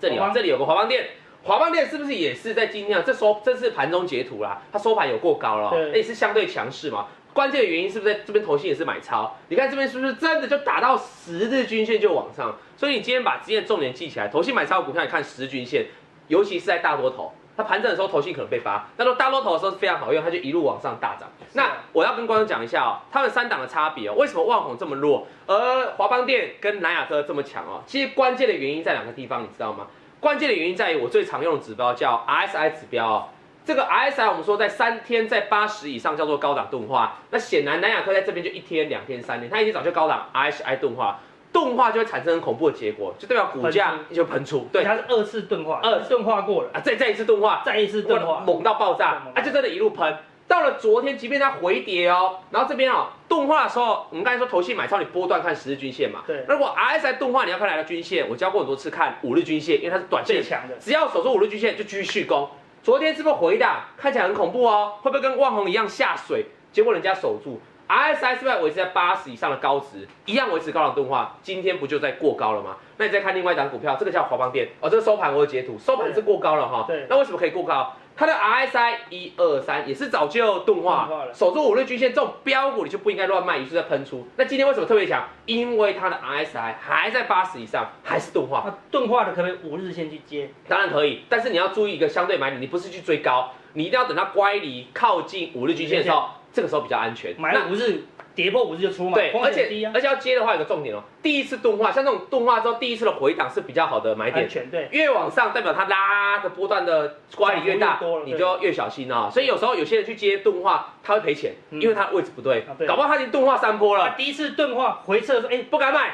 Speaker 2: 这里
Speaker 3: 华
Speaker 2: 哦
Speaker 3: 邦，
Speaker 2: 这里有个华邦店。华邦店是不是也是在今天啊？这收这是盘中截图啦，它收盘有过高了哦，
Speaker 3: 对
Speaker 2: 那也是相对强势嘛。关键的原因是不是在这边投信也是买超？你看这边是不是真的就打到十日均线就往上？所以你今天把今天的重点记起来，投信买超的股票，你看十日均线，尤其是在大多头，它盘整的时候投信可能被发，但是大多头的时候是非常好用，它就一路往上大涨。
Speaker 3: 是啊
Speaker 2: 那我要跟观众讲一下哦，他们三档的差别哦，为什么万红这么弱，而华邦电跟南亚科这么强哦？其实关键的原因在两个地方，你知道吗？关键的原因在于我最常用的指标叫 RSI 指标、哦。这个 RSI 我们说在三天在八十以上叫做高档钝化，那显然南亚科在这边就一天、两天、三天，它已经早就高档 RSI 钝化，钝化就会产生很恐怖的结果，就代表股价
Speaker 3: 喷
Speaker 2: 就喷出，对
Speaker 3: 它
Speaker 2: 啊，
Speaker 3: 是二次钝化，
Speaker 2: 二
Speaker 3: 二钝化过了，
Speaker 2: 再再一次钝化，
Speaker 3: 再一次钝化，
Speaker 2: 猛到爆炸，啊，就真的一路喷。到了昨天，即便它回跌哦，然后这边哦，动画的时候，我们刚才说投信买超，你波段看十日均线嘛。
Speaker 3: 对
Speaker 2: 那如果 RSI 动画，你要看哪条均线？我教过很多次看五日均线，因为它是短线
Speaker 3: 最强的
Speaker 2: 只要守住五日均线就继续攻。昨天是不是回档？看起来很恐怖哦，会不会跟万红一样下水？结果人家守住。RSI 是不是维持在八十以上的高值，一样维持高档钝化？今天不就在过高了吗？那你再看另外一档股票，这个叫华邦电哦，这个收盘我有截图，收盘是过高了哈、
Speaker 3: 对
Speaker 2: 那为什么可以过高？它的 RSI 一二三也是早就钝化
Speaker 3: 钝化了
Speaker 2: 守住五日均线这种标股你就不应该乱卖，于是在喷出。那今天为什么特别强？因为它的 RSI 还在八十以上，还是钝化。
Speaker 3: 那钝化的可不可以五日线去接？
Speaker 2: 当然可以，但是你要注意一个相对买点，你不是去追高，你一定要等它乖离靠近五日均线的时候，这个时候比较安全。
Speaker 3: 买
Speaker 2: 那
Speaker 3: 了五日跌破五日就出嘛，
Speaker 2: 对，
Speaker 3: 风
Speaker 2: 而
Speaker 3: 险低
Speaker 2: 且
Speaker 3: 啊，
Speaker 2: 而且要接的话有个重点哦，第一次钝化，像这种钝化之后第一次的回档是比较好的买点
Speaker 3: 安，全对，
Speaker 2: 越往上代表它拉的波段的乖离越
Speaker 3: 涨
Speaker 2: 大
Speaker 3: 幅越多了，对
Speaker 2: 你就要越小心啊、所以有时候有些人去接钝化，他会赔钱，
Speaker 3: 嗯
Speaker 2: 因为他位置不对
Speaker 3: 啊，对
Speaker 2: 搞不好他已经钝化三波
Speaker 3: 啊
Speaker 2: 了，
Speaker 3: 第一次钝化回撤说，哎，
Speaker 2: 不敢买，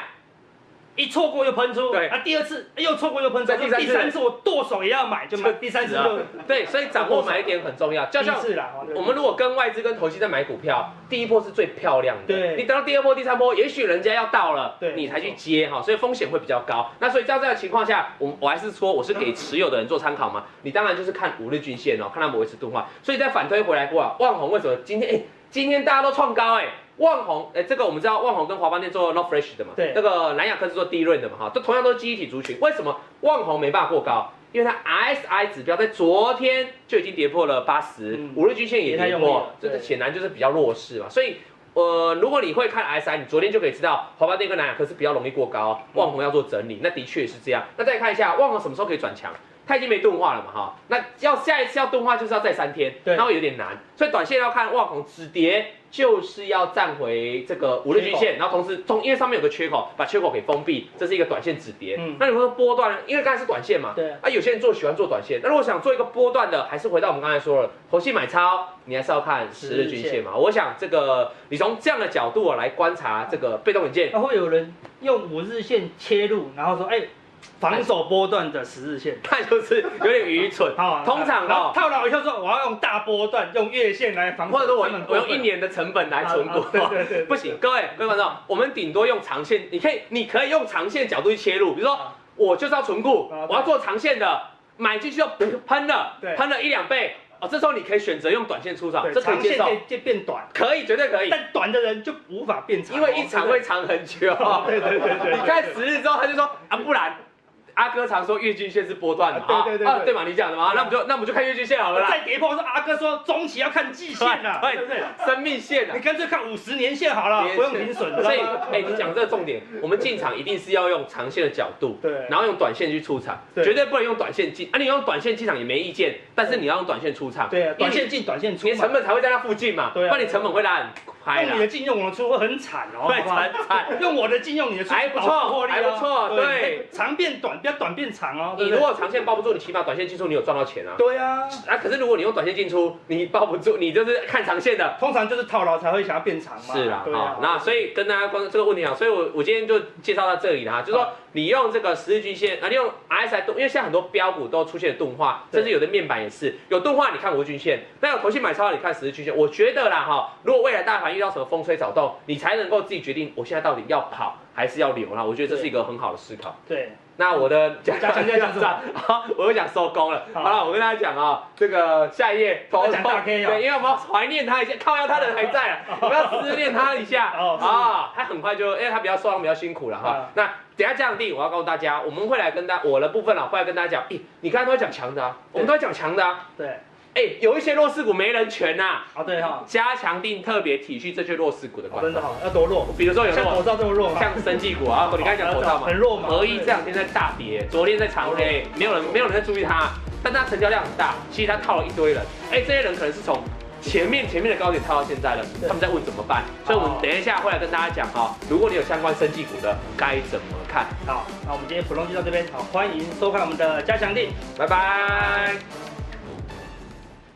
Speaker 3: 一错过又喷出，
Speaker 2: 对
Speaker 3: 啊，第二次哎又错过又喷出，
Speaker 2: 再第三次
Speaker 3: 第三次我剁手也要买，就买，第三次就
Speaker 2: 啊对，所以掌握买点很重要，就
Speaker 3: 第一
Speaker 2: 像。
Speaker 3: 次啦，哦
Speaker 2: 我们如果跟外资跟投信在买股票，第一波是最漂亮的。
Speaker 3: 对
Speaker 2: 你等到第二波、第三波，也许人家要到了，
Speaker 3: 对
Speaker 2: 你才去接哈，所以风险会比较高。那所以在这样的情况下，我我还是说我是给持有的人做参考嘛。你当然就是看五日均线哦，看它某一次钝化。所以再反推回来过啊，万红为什么今天哎、今天大家都创高哎、万红，哎，这个我们知道，万红跟华邦店做 Not Fresh 的嘛，
Speaker 3: 对
Speaker 2: 那个南亚科是做低润的嘛，哈，这同样都是记忆体族群，为什么万红没办法过高？因为它 RSI 指标在昨天就已经跌破了八十、
Speaker 3: 嗯
Speaker 2: 五日均线也
Speaker 3: 也太
Speaker 2: 跌
Speaker 3: 用力
Speaker 2: 破
Speaker 3: 了，
Speaker 2: 这
Speaker 3: 对
Speaker 2: 是显然就是比较弱势嘛，所以。呃，如果你会看 S I，你昨天就可以知道华邦电跟南亚科是比较容易过高，
Speaker 3: 嗯
Speaker 2: 万红要做整理，那的确也是这样。那再看一下万红什么时候可以转强，它已经没钝化了嘛哈，那要下一次要钝化就是要再三天，
Speaker 3: 对
Speaker 2: 那会有点难，所以短线要看万红止跌，就是要站回这个五日均线，然后同时从因为上面有个缺口，把缺口给封闭，这是一个短线止跌。
Speaker 3: 嗯
Speaker 2: 那你说波段，因为刚才是短线嘛，
Speaker 3: 对
Speaker 2: 啊，有些人做喜欢做短线，那如果想做一个波段的，还是回到我们刚才说了，投信买超，你还是要看十日均线嘛。我想这个你从这样的角度啊来观察这个被动元件，
Speaker 3: 那会有人用五日线切入，然后说，哎，防守波段的十日线。
Speaker 2: 它就是有点愚蠢。
Speaker 3: 好啊
Speaker 2: 通常
Speaker 3: 然后
Speaker 2: 哦，
Speaker 3: 套牢以后说我要用大波段，用月线来防守，
Speaker 2: 或者说我
Speaker 3: 他们
Speaker 2: 我
Speaker 3: 过
Speaker 2: 用
Speaker 3: 分
Speaker 2: 一年的成本来存股哦
Speaker 3: 啊啊对对对对
Speaker 2: 不行，各位各位观众，我们顶多用长线，你可以你可以用长线角度去切入，比如说
Speaker 3: 啊
Speaker 2: 我就是要存股
Speaker 3: 啊，
Speaker 2: 我要做长线的，买进去就噗喷了
Speaker 3: 对，
Speaker 2: 喷了一两倍，哦，这时候你可以选择用短线出场，
Speaker 3: 对，
Speaker 2: 这可以
Speaker 3: 长
Speaker 2: 接
Speaker 3: 线
Speaker 2: 受
Speaker 3: 可，以就变短，
Speaker 2: 可以，绝对可以，
Speaker 3: 但短的人就无法变长哦，
Speaker 2: 因为一场会长很久。
Speaker 3: 对对对对对，
Speaker 2: 你看十日之后，他就说啊，不然。阿哥常说月均线是波段的
Speaker 3: 啊对对对
Speaker 2: 啊
Speaker 3: 对
Speaker 2: 对嘛，你讲的嘛，那我们就那我们就看月均线好了
Speaker 3: 我
Speaker 2: 啦，
Speaker 3: 再跌破，说阿哥说中期要看季线啊，
Speaker 2: 对
Speaker 3: 对不对？
Speaker 2: 生命线啊
Speaker 3: 你，干脆看五十年线好了，不用停损，
Speaker 2: 所以
Speaker 3: 知道吗，
Speaker 2: 哎，你讲这个重点，我们进场一定是要用长线的角度，
Speaker 3: 对
Speaker 2: 然后用短线去出场，
Speaker 3: 对
Speaker 2: 绝对不能用短线进。啊，你用短线进场也没意见，但是你要用短线出场，
Speaker 3: 对啊，
Speaker 2: 因
Speaker 3: 短
Speaker 2: 为你
Speaker 3: 线进短线出
Speaker 2: 你的
Speaker 3: 嘛
Speaker 2: 成，本才会在那附近嘛，
Speaker 3: 对啊
Speaker 2: 不然你成本会拉很开
Speaker 3: 用你的
Speaker 2: 啦，
Speaker 3: 进用我的出会很惨哦，
Speaker 2: 会
Speaker 3: 好不好？
Speaker 2: 惨惨。
Speaker 3: 用我的进用你的出
Speaker 2: 还不错
Speaker 3: 保护获利哦
Speaker 2: 还不错对，
Speaker 3: 长变短，不要短变长哦。对
Speaker 2: 你
Speaker 3: 不对
Speaker 2: 如果长线抱不住，你起码短线进出你有赚到钱啊。
Speaker 3: 对啊，
Speaker 2: 啊，可是如果你用短线进出，你抱不住，你就是看长线的。
Speaker 3: 通常就是套牢才会想要变长嘛。
Speaker 2: 是啦，
Speaker 3: 对
Speaker 2: 好
Speaker 3: 啊，，
Speaker 2: 那所以跟大家关于这个问题啊，所以我我今天就介绍到这里啦，就是说你用这个十日均线啊，你用 RSI 动，因为现在很多标股都出现动画，
Speaker 3: 对
Speaker 2: 甚至有的面板也是有动画，你看国际均线，那有投信买超，你看十日均线，我觉得啦哈，如果未来大盘遇到什么风吹草动，你才能够自己决定我现在到底要跑还是要留啦，我觉得这是一个很好的思考。
Speaker 3: 对，
Speaker 2: 那 我的讲
Speaker 3: 讲 讲讲
Speaker 2: 上，好，我又想收工了。
Speaker 3: 好
Speaker 2: 好了，我跟大家讲啊，这个下一页头
Speaker 3: 要讲大 K 哦
Speaker 2: 对，因为我们要怀念他一下，靠腰他人还 在啊，我们要思念他一下
Speaker 3: 哦是
Speaker 2: 啊。他很快就，因为他比较受伤，比较辛苦了哈
Speaker 3: 啊。
Speaker 2: 那等一下这样定，我要告诉大家，我们会来跟大我的部分啊，会来跟大家讲，咦，你刚才都在讲强的啊，我们都在讲强的啊，
Speaker 3: 对，
Speaker 2: 哎，有一些弱势股没人权呐，
Speaker 3: 啊对哈，
Speaker 2: 加强定特别体恤这些弱势股的
Speaker 3: 哦
Speaker 2: 管
Speaker 3: 真
Speaker 2: 理
Speaker 3: 的，好，要多弱，
Speaker 2: 比如说有
Speaker 3: 像
Speaker 2: 弱
Speaker 3: 口罩这么弱吗？
Speaker 2: 像生技股啊，你刚才讲口罩嘛，
Speaker 3: 很弱嘛
Speaker 2: 合一这两天在大跌，昨天在长黑，没有人没有人在注意它，但它成交量很大，其实它套了一堆人，哎，这些人可能是从前面前面的高点套到现在的，
Speaker 3: 对
Speaker 2: 他们在问怎么办，所以我们等一下会来跟大家讲哈，如果你有相关生技股的该怎么看，
Speaker 3: 好，那我们今天普通就到这边，好，欢迎收看我们的加强力。
Speaker 2: 拜拜。